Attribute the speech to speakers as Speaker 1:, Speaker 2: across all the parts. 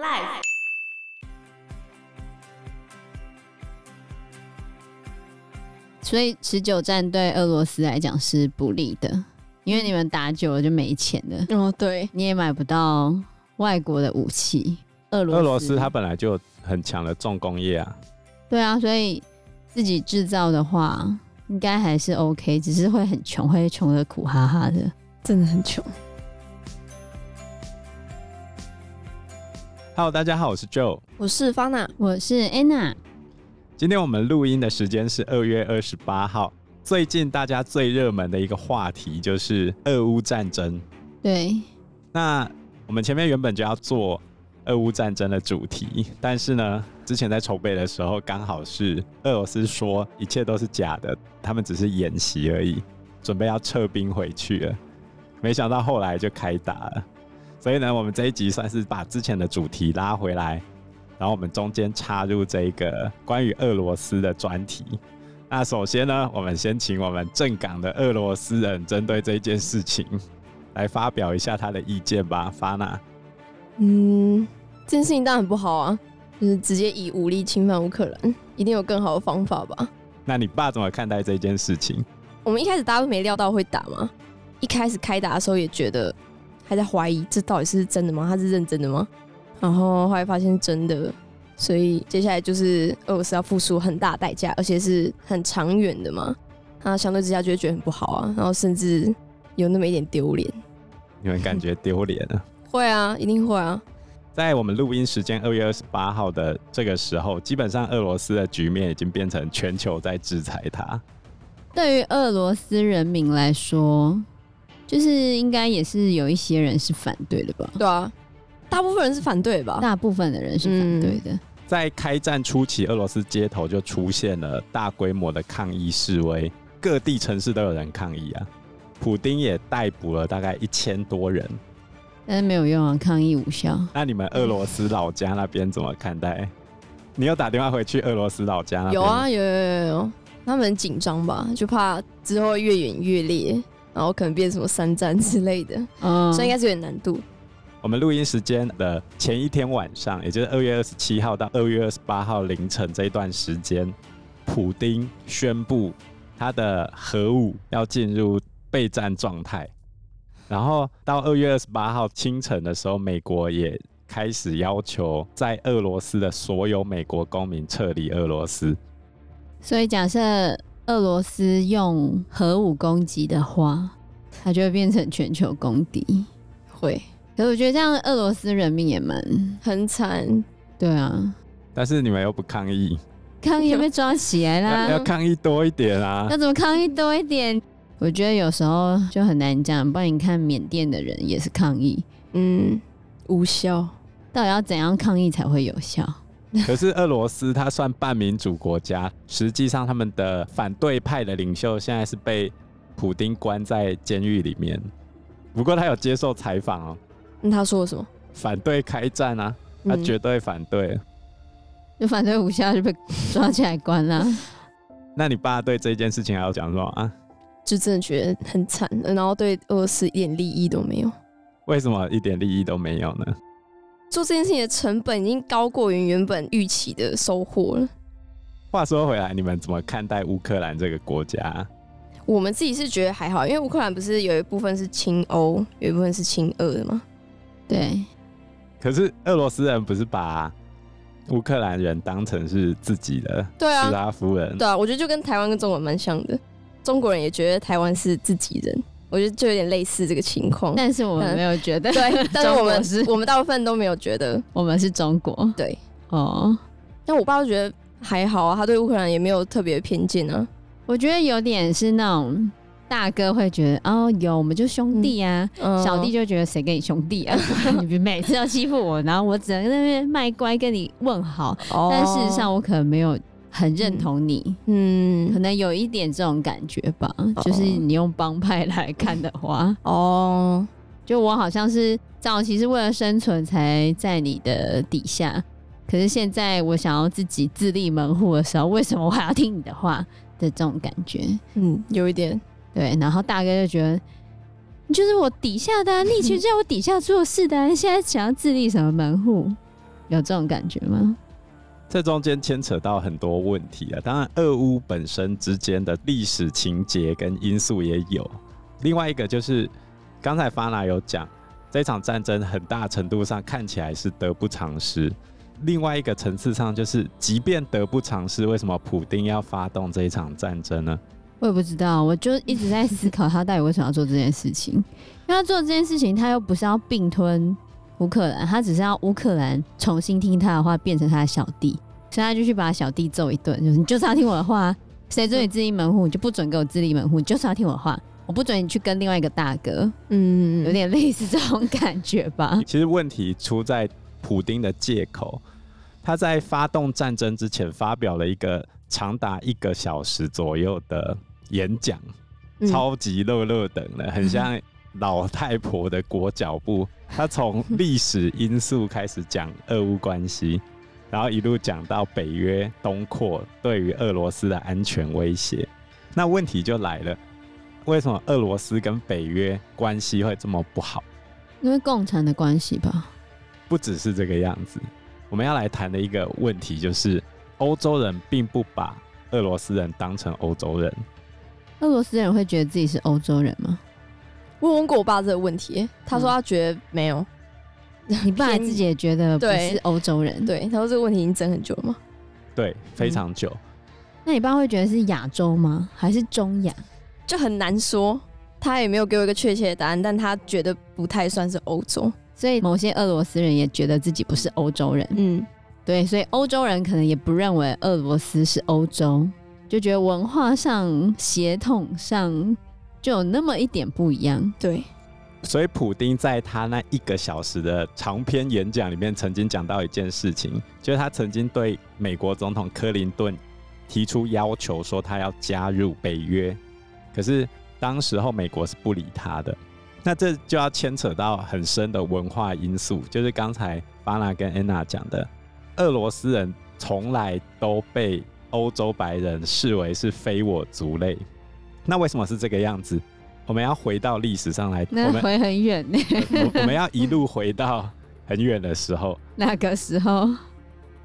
Speaker 1: Life。
Speaker 2: 所以持久战对俄罗斯来讲是不利的，因为你们打久了就没钱了，
Speaker 3: 哦，对，
Speaker 2: 你也买不到外国的武器。俄罗
Speaker 4: 俄罗斯它本来就有很强的重工业啊，
Speaker 2: 对啊，所以自己制造的话，应该还是 OK，只是会很穷，会穷的苦哈哈的。
Speaker 3: 真的很穷。
Speaker 4: Hello，大家好，我是 Joe。
Speaker 3: 我啊是方娜，
Speaker 2: 我是 Anna，
Speaker 4: 今天我们录音的时间是二月二十八号。最近大家最热门的一个话题就是俄乌战争。
Speaker 2: 对，
Speaker 4: 那我们前面原本就要做俄乌战争的主题，但是呢，之前在筹备的时候，刚好是俄罗斯说一切都是假的，他们只是演习而已，准备要撤兵回去了。没想到后来就开打了，所以呢，我们这一集算是把之前的主题拉回来，然后我们中间插入这一个关于俄罗斯的专题。那首先呢，我们先请我们正港的俄罗斯人针对这件事情来发表一下他的意见吧，法娜。
Speaker 3: 嗯，这件事情当然不好啊，就是直接以武力侵犯乌克兰，一定有更好的方法吧？
Speaker 4: 那你爸怎么看待这件事情？
Speaker 3: 我们一开始大家都没料到会打嘛，一开始开打的时候也觉得还在怀疑这到底是真的吗？他是认真的吗？然后后来发现是真的，所以接下来就是俄罗斯要付出很大代价，而且是很长远的嘛。那相对之下就会觉得很不好啊，然后甚至有那么一点丢脸。
Speaker 4: 你们感觉丢脸了？
Speaker 3: 会啊，一定会啊。
Speaker 4: 在我们录音时间二月二十八号的这个时候，基本上俄罗斯的局面已经变成全球在制裁它。
Speaker 2: 对于俄罗斯人民来说，就是应该也是有一些人是反对的吧，
Speaker 3: 对啊，大部分人是反对吧？
Speaker 2: 大部分的人是反对
Speaker 3: 嗯
Speaker 2: 的。
Speaker 4: 在开战初期，俄罗斯街头就出现了大规模的抗议示威，各地城市都有人抗议啊。普丁也逮捕了大概一千多人。
Speaker 2: 但是没有用啊，抗议无效。
Speaker 4: 那你们俄罗斯老家那边怎么看待？你有打电话回去俄罗斯老家那边
Speaker 3: 有
Speaker 4: 吗
Speaker 3: 啊，有有有有有，他们很紧张吧，就怕之后越演越烈，然后可能变什么三战之类的，
Speaker 2: 嗯，
Speaker 3: 哦所以应该是有点难度。
Speaker 4: 我们录音时间的前一天晚上，也就是二月二十七号到二月二十八号凌晨这一段时间，普丁宣布他的核武要进入备战状态。然后到二月二十八号清晨的时候，美国也开始要求在俄罗斯的所有美国公民撤离俄罗斯。
Speaker 2: 所以假设俄罗斯用核武攻击的话，它就会变成全球公敌。
Speaker 3: 会
Speaker 2: 可是我觉得这样俄罗斯人民也蛮
Speaker 3: 很惨，
Speaker 2: 对啊，
Speaker 4: 但是你们又不抗议，
Speaker 2: 抗议被抓起来
Speaker 4: 要
Speaker 2: 啦，
Speaker 4: 要抗议多一点啊
Speaker 2: 要！怎么抗议多一点？我觉得有时候就很难讲，不然你看缅甸的人也是抗议，
Speaker 3: 嗯，无效。
Speaker 2: 到底要怎样抗议才会有效？
Speaker 4: 可是俄罗斯它算半民主国家，实际上他们的反对派的领袖现在是被普丁关在监狱里面。不过他有接受采访哦，
Speaker 3: 那他说了什么？
Speaker 4: 反对开战啊，他
Speaker 3: 嗯
Speaker 4: 绝对反对。
Speaker 2: 就反对无效就被抓起来关 啦。
Speaker 4: 那你爸对这件事情还要讲什么啊？
Speaker 3: 就真的觉得很惨，然后对俄罗斯一点利益都没有。
Speaker 4: 为什么一点利益都没有呢？
Speaker 3: 做这件事情的成本已经高过于原本预期的收获了。
Speaker 4: 话说回来，你们怎么看待乌克兰这个国家？
Speaker 3: 我们自己是觉得还好，因为乌克兰不是有一部分是亲欧，有一部分是亲俄的嘛。
Speaker 2: 对，
Speaker 4: 可是俄罗斯人不是把乌克兰人当成是自己的
Speaker 3: 对啊
Speaker 4: 斯拉夫人？
Speaker 3: 对啊，我觉得就跟台湾跟中国蛮像的，中国人也觉得台湾是自己人，我觉得就有点类似这个情况。
Speaker 2: 但是我们没有觉得，
Speaker 3: 对，但是我
Speaker 2: 中国
Speaker 3: 们
Speaker 2: 是
Speaker 3: 我们大部分都没有觉得，
Speaker 2: 我们是中国
Speaker 3: 对。
Speaker 2: 哦。
Speaker 3: 但我爸就觉得还好啊，他对乌克兰也没有特别偏见啊。
Speaker 2: 我觉得有点是那种大哥会觉得哦，有我们就兄弟啊，
Speaker 3: 嗯
Speaker 2: 小弟就觉得谁跟你兄弟 啊，你每次都欺负我，然后我只能在那边卖乖跟你问好，
Speaker 3: 哦
Speaker 2: 但事实上我可能没有很认同你，可
Speaker 3: 嗯，
Speaker 2: 能有一点这种感觉吧，就是你用帮派来看的话，
Speaker 3: 哦，
Speaker 2: 就我好像是早期是为了生存才在你的底下，可是现在我想要自己自立门户的时候，为什么我还要听你的话的这种感觉？
Speaker 3: 嗯，有一点，
Speaker 2: 对，然后大哥就觉得你就是我底下的、啊，你以前就在我底下做事的、啊，你现在想要自立什么门户？有这种感觉吗？
Speaker 4: 这中间牵扯到很多问题啊。当然，俄乌本身之间的历史情节跟因素也有。另外一个就是，刚才法拉有讲，这场战争很大程度上看起来是得不偿失。另外一个层次上，就是即便得不偿失，为什么普丁要发动这一场战争呢？
Speaker 2: 我也不知道，我就一直在思考他到底为什么要做这件事 情。因为他做这件事情，他又不是要并吞乌克兰，他只是要乌克兰重新听他的话，变成他的小弟，所以他就去把小弟揍一顿，就是你就是要听我的 话，谁准你自立门户，你就不准给我自立门户，你就是要听我的话，我不准你去跟另外一个大哥，
Speaker 3: 嗯，
Speaker 2: 有点类似这种感觉吧。
Speaker 4: 其实问题出在普丁的借口。他在发动战争之前发表了一个长达一个小时左右的演讲，
Speaker 3: 嗯
Speaker 4: 超级热热等的，很像老太婆的裹脚布。他从历史因素开始讲俄乌关系，然后一路讲到北约东扩对于俄罗斯的安全威胁。那问题就来了，为什么俄罗斯跟北约关系会这么不好？
Speaker 2: 因为共产的关系吧，
Speaker 4: 不只是这个样子。我们要来谈的一个问题就是，欧洲人并不把俄罗斯人当成欧洲人。
Speaker 2: 俄罗斯人会觉得自己是欧洲人吗？
Speaker 3: 我有问过我爸这个问题，他说
Speaker 2: 嗯
Speaker 3: 他觉得没有，
Speaker 2: 你爸自己也觉得不
Speaker 3: 对
Speaker 2: 是欧洲人，，
Speaker 3: 对，他说这个问题已经争很久了嘛，
Speaker 4: 对，非常久。
Speaker 2: 那你爸会觉得是亚洲吗？还是中亚？
Speaker 3: 就很难说。他也没有给我一个确切的答案，但他觉得不太算是欧洲。
Speaker 2: 所以某些俄罗斯人也觉得自己不是欧洲人，
Speaker 3: 嗯，
Speaker 2: 对，所以欧洲人可能也不认为俄罗斯是欧洲，就觉得文化上、血统上就有那么一点不一样。
Speaker 3: 对，
Speaker 4: 所以普丁在他那一个小时的长篇演讲里面，曾经讲到一件事情，就是他曾经对美国总统克林顿提出要求，说他要加入北约。可是当时候美国是不理他的，那这就要牵扯到很深的文化因素，就是刚才巴娜跟安娜讲的，俄罗斯人从来都被欧洲白人视为是非我族类。那为什么是这个样子？我们要回到历史上来，
Speaker 2: 那
Speaker 4: 我们
Speaker 2: 回很远呢、
Speaker 4: 我我们要一路回到很远的时候。
Speaker 2: 那个时候，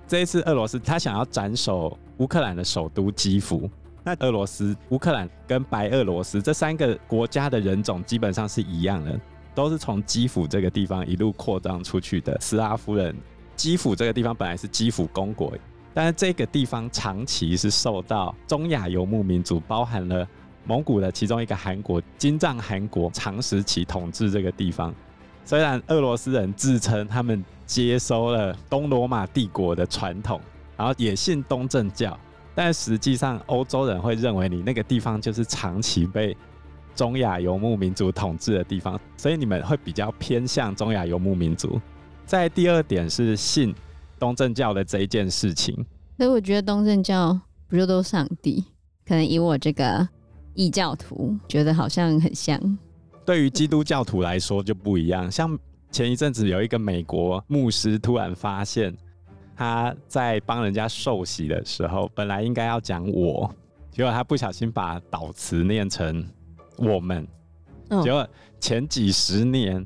Speaker 4: 这一次俄罗斯他想要斩首乌克兰的首都基辅，那俄罗斯、乌克兰跟白俄罗斯这三个国家的人种基本上是一样的，都是从基辅这个地方一路扩张出去的斯拉夫人。基辅这个地方本来是基辅公国，但是这个地方长期是受到中亚游牧民族，包含了蒙古的其中一个韩国金帐汗国，长时期统治这个地方。虽然俄罗斯人自称他们接收了东罗马帝国的传统，然后也信东正教，但实际上欧洲人会认为你那个地方就是长期被中亚游牧民族统治的地方，所以你们会比较偏向中亚游牧民族。在第二点是信东正教的这一件事情，
Speaker 2: 所以我觉得东正教不就都上帝？可能以我这个异教徒，觉得好像很像。
Speaker 4: 对于基督教徒来说就不一样。像前一阵子有一个美国牧师突然发现，他在帮人家受洗的时候，本来应该要讲我，结果他不小心把导词念成我们，
Speaker 3: 嗯
Speaker 4: 结果前几十年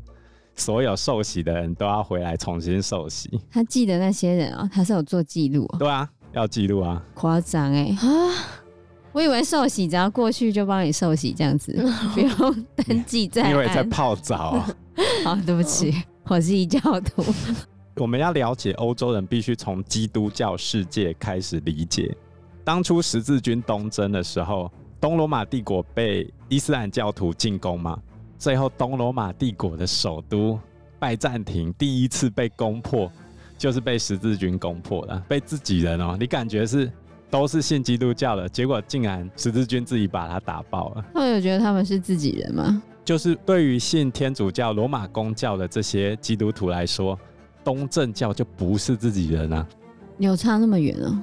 Speaker 4: 所有受洗的人都要回来重新受洗。
Speaker 2: 他记得那些人啊、他是有做记录、哦，
Speaker 4: 对啊，要记录啊。
Speaker 2: 夸张哎！
Speaker 3: 啊，
Speaker 2: 我以为受洗只要过去就帮你受洗这样子， 不用登记在
Speaker 4: 因为在
Speaker 2: 案。
Speaker 4: 泡澡。啊
Speaker 2: 好，对不起，我是异教 徒。
Speaker 4: 我们要了解欧洲人，必须从基督教世界开始理解。当初十字军东征的时候，东罗马帝国被伊斯兰教徒进攻嘛，最后东罗马帝国的首都拜占庭第一次被攻破，就是被十字军攻破了，被自己人哦。你感觉是都是信基督教的，结果竟然十字军自己把他打爆了。
Speaker 2: 他们有觉得他们是自己人吗？
Speaker 4: 就是对于信天主教、罗马公教的这些基督徒来说，东正教就不是自己人啊。
Speaker 2: 有差那么远哦、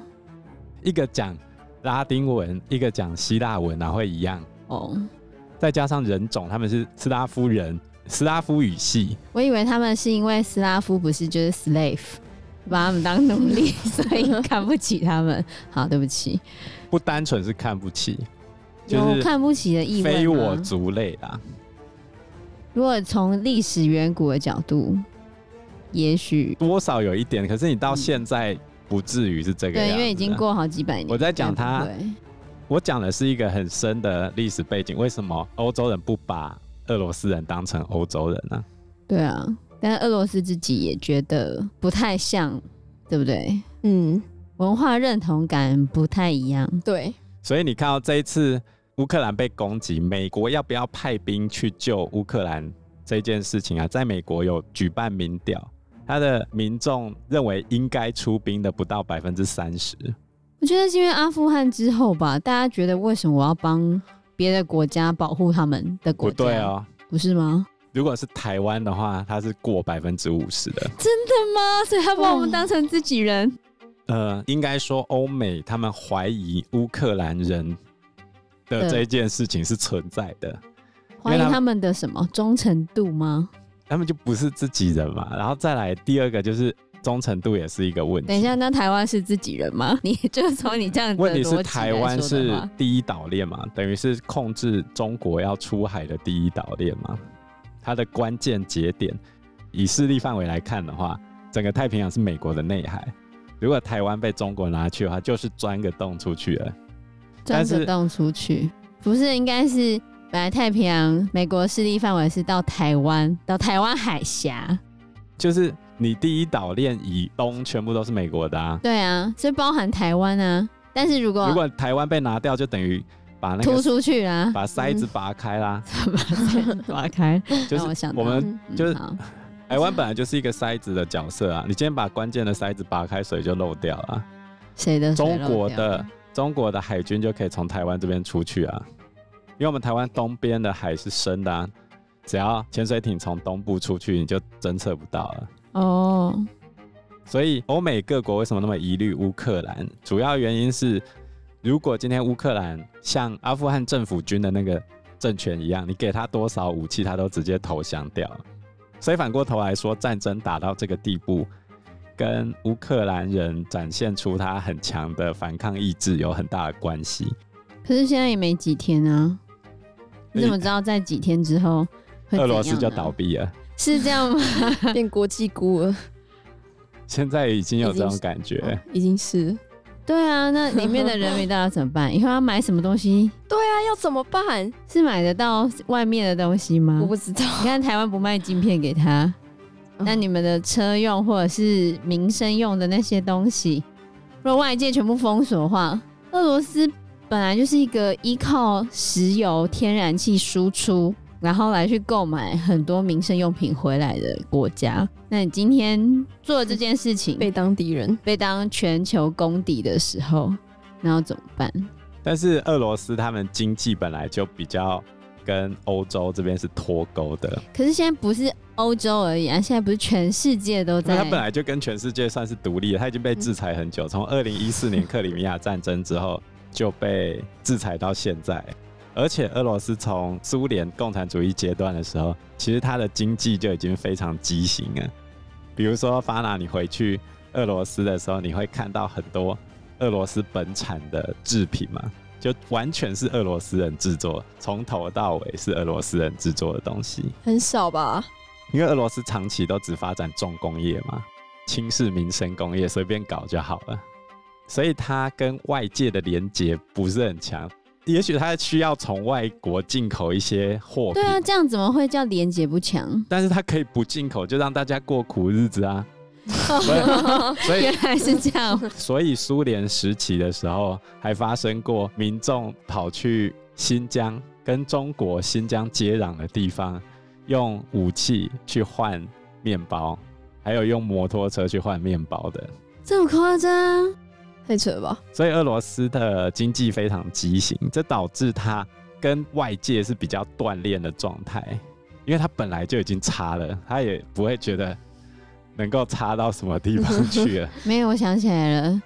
Speaker 4: 一个讲拉丁文，一个讲希腊文，哪会一样？
Speaker 2: 哦，
Speaker 4: 再加上人种，他们是斯拉夫人，斯拉夫语系，
Speaker 2: 我以为他们是因为斯拉夫不是就是 slave，把他们当奴 隶，所以看不起他们。好，对不起，
Speaker 4: 不单纯是看不起，就
Speaker 2: 有
Speaker 4: 是
Speaker 2: 看不起的意味吗
Speaker 4: 非我族类啦。啊
Speaker 2: 如果从历史远古的角度，也许
Speaker 4: 多少有一点，可是你到现在不至于是这个
Speaker 2: 对，
Speaker 4: 样子啊
Speaker 2: 因为已经，过好几百年。
Speaker 4: 我在讲
Speaker 2: 应该
Speaker 4: 他
Speaker 2: 不会
Speaker 4: 我讲的是一个很深的历史背景，为什么欧洲人不把俄罗斯人当成欧洲人呢、
Speaker 2: 对啊，但是俄罗斯自己也觉得不太像，对不对？
Speaker 3: 嗯，
Speaker 2: 文化认同感不太一样。
Speaker 3: 对，
Speaker 4: 所以你看到这一次乌克兰被攻击，美国要不要派兵去救乌克兰这件事情啊？在美国有举办民调，他的民众认为应该出兵的不到百分之三十。
Speaker 2: 我觉得是因为阿富汗之后吧，大家觉得为什么我要帮别的国家保护他们的国
Speaker 4: 不
Speaker 2: 家？
Speaker 4: 对，哦，
Speaker 2: 不是吗？
Speaker 4: 如果是台湾的话，它是过百分之五十的。
Speaker 2: 真的吗？哦所以他把我们当成自己人，
Speaker 4: 呃，应该说欧美他们怀疑乌克兰人的
Speaker 2: 对
Speaker 4: 这一件事情是存在的，
Speaker 2: 怀疑
Speaker 4: 因为他嗯
Speaker 2: 他们的什么忠诚度吗？
Speaker 4: 他们就不是自己人嘛。然后再来第二个就是忠诚度也是一个问题。
Speaker 2: 等一下，，那台湾是自己人吗？ 你就是从你这样的
Speaker 4: 问题
Speaker 2: 逻辑
Speaker 4: 是
Speaker 2: 来
Speaker 4: 台湾
Speaker 2: 说的
Speaker 4: 是
Speaker 2: 话
Speaker 4: 第一岛链嘛，等于是控制中国要出海的第一岛链嘛。它的关键节点，以势力范围来看的话，整个太平洋是美国的内海。如果台湾被中国拿去的话，就是钻个洞出去了。
Speaker 2: 钻
Speaker 4: 但是
Speaker 2: 个洞出去，不是应该是本来太平洋美国势力范围是到台湾，到台湾海峡。
Speaker 4: 就是你第一岛链以东全部都是美国的啊。
Speaker 2: 对啊，所以包含台湾啊。但是如果
Speaker 4: 如果台湾被拿掉，就等于把那
Speaker 2: 突
Speaker 4: 个
Speaker 2: 出去啦，
Speaker 4: 把塞子拔开啦。
Speaker 2: 把它打开，
Speaker 4: 就
Speaker 2: 让我
Speaker 4: 是
Speaker 2: 想到
Speaker 4: 我们
Speaker 2: 嗯
Speaker 4: 就是
Speaker 2: 好
Speaker 4: 台湾本来就是一个塞子的角色啊。你今天把关键的塞子拔开，水就漏掉了啊。
Speaker 2: 谁的水
Speaker 4: 中
Speaker 2: 漏
Speaker 4: 国
Speaker 2: 掉
Speaker 4: 的中国的海军就可以从台湾这边出去啊，因为我们台湾东边的海是深的啊。只要潜水艇从东部出去，你就侦测不到了。
Speaker 2: 哦，
Speaker 4: 所以欧美各国为什么那么疑虑乌克兰？主要原因是，如果今天乌克兰像阿富汗政府军的那个政权一样，你给他多少武器，他都直接投降掉。所以反过头来说，战争打到这个地步，跟乌克兰人展现出他很强的反抗意志有很大的关系。
Speaker 2: 可是现在也没几天啊，你怎么知道在几天之后会
Speaker 4: 哎俄
Speaker 2: 怎
Speaker 4: 罗
Speaker 2: 样
Speaker 4: 斯
Speaker 2: 呢
Speaker 4: 就倒闭了，
Speaker 2: 是这 样吗？
Speaker 3: 变国际孤儿，
Speaker 4: 现在已经有这
Speaker 3: 已
Speaker 4: 种
Speaker 3: 经
Speaker 4: 感觉。
Speaker 3: 已经是。
Speaker 2: 对啊，那里面的人民到底要怎么办？以后要买什么东西
Speaker 3: 那要怎么办？
Speaker 2: 是买得到外面的东西吗
Speaker 3: 我？不知道。
Speaker 2: 你看台湾不卖晶片给他，那你们的车用或者是民生用的那些东西，如果外界全部封锁的话，俄罗斯本来就是一个依靠石油、天然气输出，然后来去购买很多民生用品回来的国家。那你今天做了这件事情，
Speaker 3: 被
Speaker 2: 被
Speaker 3: 当敌人，
Speaker 2: 被当全球公敌的时候，然后怎么办？
Speaker 4: 但是俄罗斯他们经济本来就比较跟欧洲这边是脱钩的，
Speaker 2: 可是现在不是欧洲而已啊，现在不是全世界都
Speaker 4: 因为
Speaker 2: 在
Speaker 4: 它本来就跟全世界算是独立的，它已经被制裁很久，
Speaker 2: 嗯
Speaker 4: 从二零一四年克里米亚战争之后就被制裁到现在。而且俄罗斯从苏联共产主义阶段的时候，其实它的经济就已经非常畸形了。比如说，法纳，你回去俄罗斯的时候，你会看到很多俄罗斯本产的制品嘛，就完全是俄罗斯人制作，从头到尾是俄罗斯人制作的东西。
Speaker 3: 很少吧？
Speaker 4: 因为俄罗斯长期都只发展重工业嘛，轻视民生工业，随便搞就好了，所以它跟外界的连接不是很强。也许它需要从外国进口一些货品
Speaker 2: 对，啊，这样怎么会叫廉洁不强？
Speaker 4: 但是它可以不进口，就让大家过苦日 子啊。所以，所以
Speaker 2: 原来是这样，
Speaker 4: 所以苏联时期的时候，还发生过民众跑去新疆跟中国新疆接壤的地方，用武器去换面包，还有用摩托车去换面包的。
Speaker 2: 这么夸张？
Speaker 3: 太扯了吧？
Speaker 4: 所以俄罗斯的经济非常畸形，这导致它跟外界是比较断裂的状态，因为它本来就已经差了，它也不会觉得能够差到什么地方去了。
Speaker 2: 没有，我想起来了，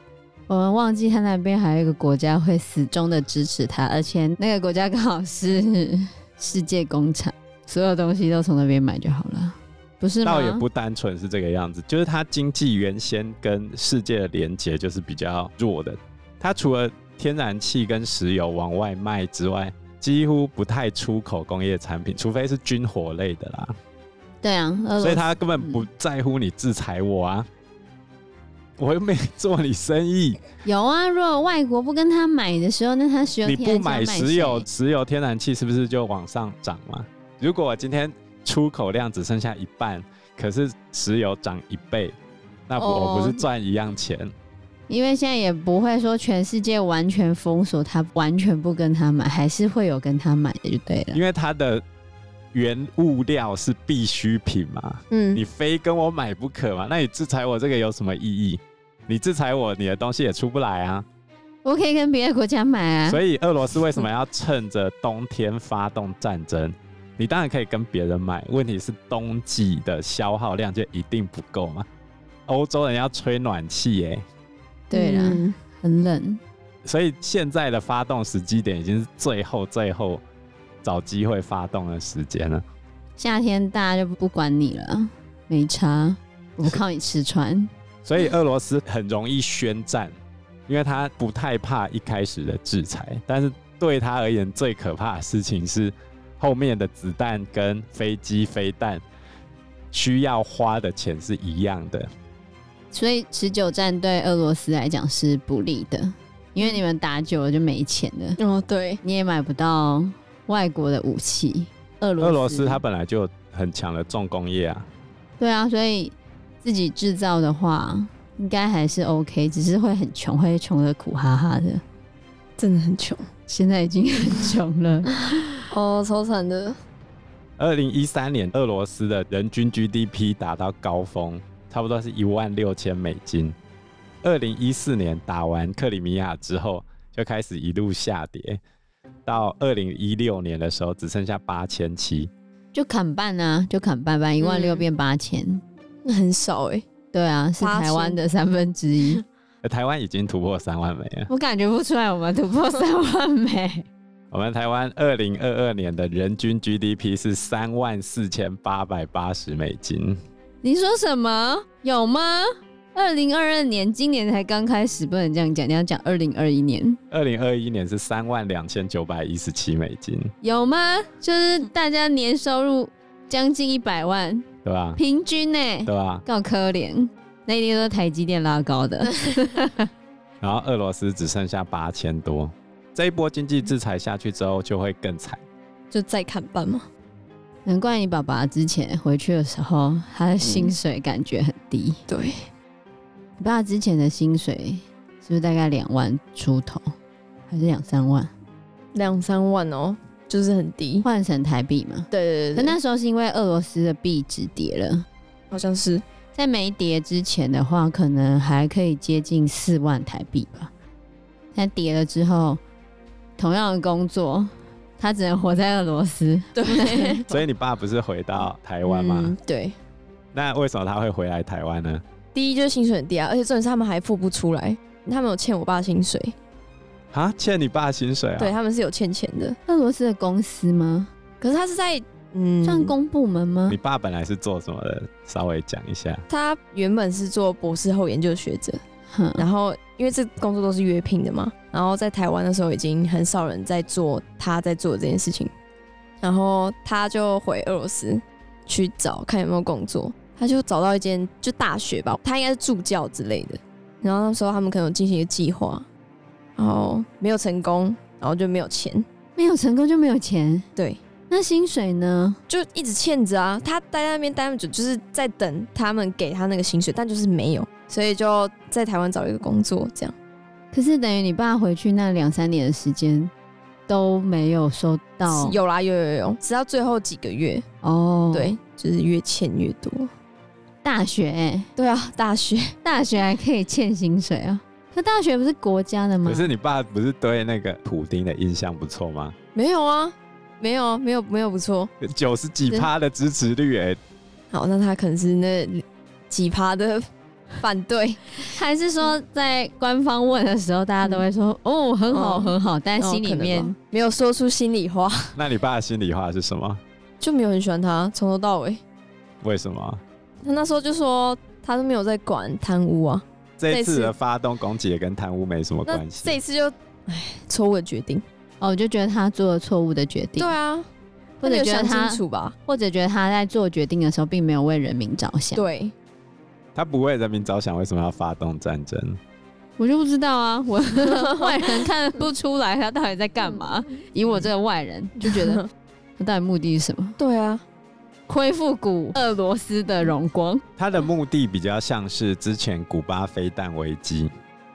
Speaker 2: 我们忘记他那边还有一个国家会死忠的支持他，而且那个国家刚好是 世界工厂，所有东西都从那边买就好了，不 是吗？
Speaker 4: 倒也不单纯是这个样子，就是它经济原先跟世界的连接就是比较弱的。它除了天然气跟石油往外卖之外，几乎不太出口工业产品，除非是军火类的啦。
Speaker 2: 对啊，俄罗斯
Speaker 4: 所以他根本不在乎你制裁我啊，我又没做你生意，
Speaker 2: 有啊。如果外国不跟他买的时候，那他石油
Speaker 4: 你
Speaker 2: 天然
Speaker 4: 不
Speaker 2: 气要
Speaker 4: 买
Speaker 2: 卖
Speaker 4: 石油，
Speaker 2: 谁
Speaker 4: 石油天然气是不是就往上涨嘛？如果今天出口量只剩下一半，可是石油涨一倍，那不
Speaker 3: 哦
Speaker 4: 我不是赚一样钱？
Speaker 2: 哦因为现在也不会说全世界完全封锁他，完全不跟他买，还是会有跟他买的就对了。
Speaker 4: 因为它的原物料是必需品嘛，
Speaker 3: 嗯
Speaker 4: 你，非跟我买不可嘛？那你制裁我这个有什么意义？你制裁我，你的东西也出不来啊。
Speaker 2: 我可以跟别的国家买啊，
Speaker 4: 所以俄罗斯为什么要趁着冬天发动战争？你当然可以跟别人买，问题是冬季的消耗量就一定不够嘛。欧洲人要吹暖气耶、
Speaker 2: 对啦，
Speaker 3: 嗯
Speaker 2: 很冷。
Speaker 4: 所以现在的发动时机点已经是最后最后找机会发动的时间了。
Speaker 2: 夏天大家就不管你了，没差，我靠你吃穿。
Speaker 4: 所以俄罗斯很容易宣战，因为他不太怕一开始的制裁，但是对他而言最可怕的事情是后面的子弹跟飞机飞弹需要花的钱是一样的。
Speaker 2: 所以持久战对俄罗斯来讲是不利的，因为你们打久了就没钱了，
Speaker 3: 哦，对，
Speaker 2: 你也买不到外国的武器。俄罗斯
Speaker 4: 俄罗斯它本来就有很强的重工业啊，
Speaker 2: 对啊，所以自己制造的话，应该还是 OK，只是会很穷，会穷的苦哈哈的。
Speaker 3: 真的很穷
Speaker 2: 现在已经很穷 了，
Speaker 3: 哦，超惨的。
Speaker 4: 二零一三年俄罗斯的人均 GDP 达到高峰，差不多是一万六千美金。二零一四年打完克里米亚之后，就开始一路下跌，到二零一六年的时候只剩下八千七。
Speaker 2: 就砍半啊，就砍半半，一万六
Speaker 4: 嗯
Speaker 2: 变八千。
Speaker 3: 那很少哎、
Speaker 2: 对啊，是台湾的三分之一。
Speaker 4: 呃台湾已经突破三万美 了。
Speaker 2: 我感觉不出来我们突破三万美，
Speaker 4: 我们台湾二零二二年的人均 GDP 是三万四千八百八十美金。
Speaker 2: 你说什么？有吗？二零二二年，今年才刚开始，不能这样讲，你要讲二零二一年，
Speaker 4: 二零二一年是三万两千九百一十七美金，
Speaker 2: 有吗？就是大家年收入将近一百万，
Speaker 4: 对吧？
Speaker 2: 平均呢、
Speaker 4: 对吧？
Speaker 2: 够可怜，那一定都是台积电拉高 的。
Speaker 4: 然后俄罗斯只剩下八千多。这一波经济制裁下去之后，就会更惨。
Speaker 3: 就再砍半嘛。
Speaker 2: 难怪你爸爸之前回去的时候，他的薪水感觉很低。
Speaker 3: 对，
Speaker 2: 你爸之前的薪水是不是大概两万出头，还是两三万？
Speaker 3: 两三万哦，就是很低。
Speaker 2: 换成台币嘛？
Speaker 3: 对对
Speaker 2: 可
Speaker 3: 对对，
Speaker 2: 那时候是因为俄罗斯的币值跌了，
Speaker 3: 好像是
Speaker 2: 在没跌之前的话，可能还可以接近四万台币吧。但跌了之后，同样的工作，他只能活在俄罗斯。
Speaker 3: 对
Speaker 4: 所以你爸不是回到台湾吗？
Speaker 3: 嗯对，
Speaker 4: 那为什么他会回来台湾呢？
Speaker 3: 第一就是薪水很低啊，而且重点是他们还付不出来，他们有欠我爸薪水，
Speaker 4: 啊，欠你爸薪水啊？
Speaker 3: 对，他们是有欠钱的，
Speaker 2: 俄罗斯的公司吗？
Speaker 3: 可是他是在嗯，
Speaker 2: 算公部门吗
Speaker 4: 你？爸本来是做什么的？稍微讲一下。
Speaker 3: 他原本是做博士后研究学者，
Speaker 2: 哼
Speaker 3: 然后因为这工作都是约聘的嘛，然后在台湾的时候已经很少人在做他在做的这件事情，然后他就回俄罗斯去找看有没有工作，他就找到一间就大学吧，他应该是助教之类的，然后那时候他们可能有进行一个计划，然后没有成功，然后就没有钱，
Speaker 2: 没有成功就没有钱，
Speaker 3: 对，
Speaker 2: 那薪水呢？
Speaker 3: 就一直欠着啊。他待在那边待那么久，就是在等他们给他那个薪水，但就是没有，所以就在台湾找了一个工作，这样
Speaker 2: 可是等于你爸回去那两三年的时间都没有收到
Speaker 3: 有啦，有有有，直到最后几个月，
Speaker 2: 哦。，
Speaker 3: 对，就是越欠越多。
Speaker 2: 大学、欸、
Speaker 3: 对啊，大学
Speaker 2: 大学还可以欠薪水啊？可大学不是国家
Speaker 3: 嗯
Speaker 2: 的吗
Speaker 4: 可？是你爸不是对那个普丁的印象不错吗？
Speaker 3: 没有啊，没有啊，没有没有不错。
Speaker 4: 九十几
Speaker 3: 对
Speaker 4: 趴的支持率、欸，
Speaker 3: 好，那他可能是那几趴的反对，
Speaker 2: 还是说在官方问的时候，大家都会说、
Speaker 4: 嗯
Speaker 2: 哦很好
Speaker 3: 哦
Speaker 2: 很好，但
Speaker 3: 哦
Speaker 2: 心里
Speaker 3: 可能
Speaker 2: 面、
Speaker 3: 吧没有说出心里话，
Speaker 4: 那你爸的心里话是什么？
Speaker 3: 就没有很喜欢他，从头到尾。
Speaker 4: 为什么
Speaker 3: 他那时候就说他都没有在管贪污啊，
Speaker 4: 这一
Speaker 3: 这
Speaker 4: 次
Speaker 3: 次
Speaker 4: 的发动攻击也跟贪污没什么
Speaker 3: 那
Speaker 4: 关
Speaker 3: 这
Speaker 4: 系？
Speaker 3: 一次就哎错误的决定。
Speaker 2: 哦，我就觉得他做了错误的决定。
Speaker 3: 对啊，
Speaker 2: 或者
Speaker 3: 有
Speaker 2: 觉得
Speaker 3: 想
Speaker 2: 他
Speaker 3: 清，楚吧？
Speaker 2: 或者觉得他在做决定的时候并没有为人民着想。
Speaker 3: 对，
Speaker 4: 他不为人民着想，为什么要发动战争？
Speaker 2: 我就不知道啊， 我外人看不出来他到底在干嘛。
Speaker 3: 嗯
Speaker 2: 以我这个外人就觉 得他到底目的是什么？
Speaker 3: 对啊，
Speaker 2: 恢复古俄罗斯的荣光，
Speaker 4: 他的目的比较像是之前古巴飞弹危机，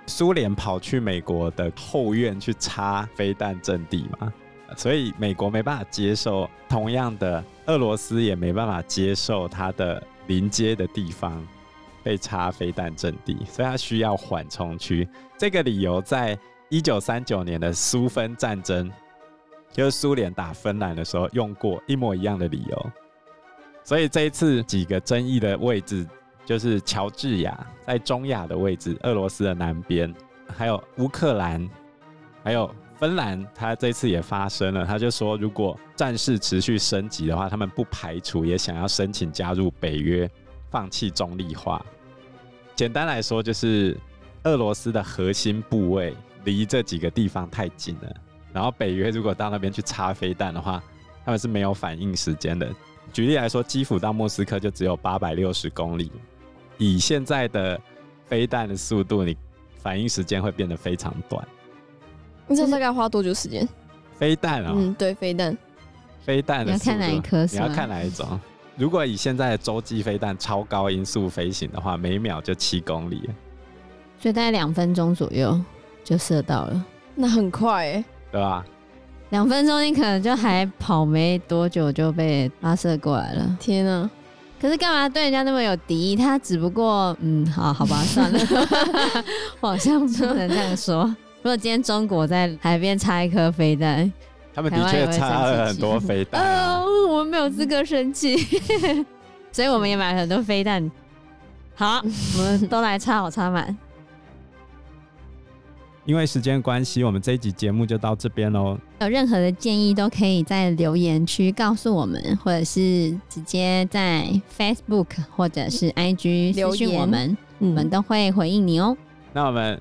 Speaker 4: 苏联跑去美国的后院去插飞弹阵地嘛，所以美国没办法接受，同样的俄罗斯也没办法接受它的临街的地方被插飞弹阵地，所以它需要缓冲区。这个理由在一九三九年的苏芬战争，就是苏联打芬兰的时候用过一模一样的理由。所以这一次几个争议的位置，就是乔治亚在中亚的位置，俄罗斯的南边，还有乌克兰，还有芬兰，它这次也发生了。他就说，如果战事持续升级的话，他们不排除也想要申请加入北约，放弃中立化。简单来说，就是俄罗斯的核心部位离这几个地方太近了，然后北约如果到那边去插飞弹的话，他们是没有反应时间的，举例来说，基辅到莫斯科就只有八百六十公里，以现在的飞弹的速度，你反应时间会变得非常短。
Speaker 3: 你知道大概花多久时间？
Speaker 4: 飞弹啊、
Speaker 3: 嗯，对，飞弹，
Speaker 4: 飞弹
Speaker 2: 你
Speaker 4: 的
Speaker 2: 要
Speaker 4: 速度，
Speaker 2: 看哪一颗
Speaker 4: 你
Speaker 2: 是
Speaker 4: 要
Speaker 2: 吗？
Speaker 4: 看哪一种。如果以现在的洲际飞弹超高音速飞行的话，每秒就七公里，
Speaker 2: 所以大概两分钟左右就射到了。
Speaker 3: 那很快哎、
Speaker 4: 对吧？
Speaker 2: 两分钟，你可能就还跑没多久就被发射过来了。
Speaker 3: 天啊，
Speaker 2: 可是干嘛对人家那么有敌意？他只不过，嗯，好好吧，算了，我好像不能这样说。如果今天中国在海边插一颗飞弹，
Speaker 4: 他们
Speaker 2: 台
Speaker 4: 的
Speaker 2: 湾
Speaker 4: 确
Speaker 2: 也会
Speaker 4: 插
Speaker 2: 生气
Speaker 4: 了很 多飞弹、啊。
Speaker 2: 呃，我们没有资格生气， 所以我们也买了很多飞弹。好，我们都来插好插满。
Speaker 4: 因为时间关系，我们这一集节目就到这边喽。
Speaker 2: 有任何的建议都可以在留言区告诉我们，或者是直接在 Facebook 或者是 IG
Speaker 3: 嗯留
Speaker 2: 私讯
Speaker 3: 言
Speaker 2: 我们，
Speaker 3: 嗯
Speaker 2: 我们都会回应你哦。
Speaker 4: 那我们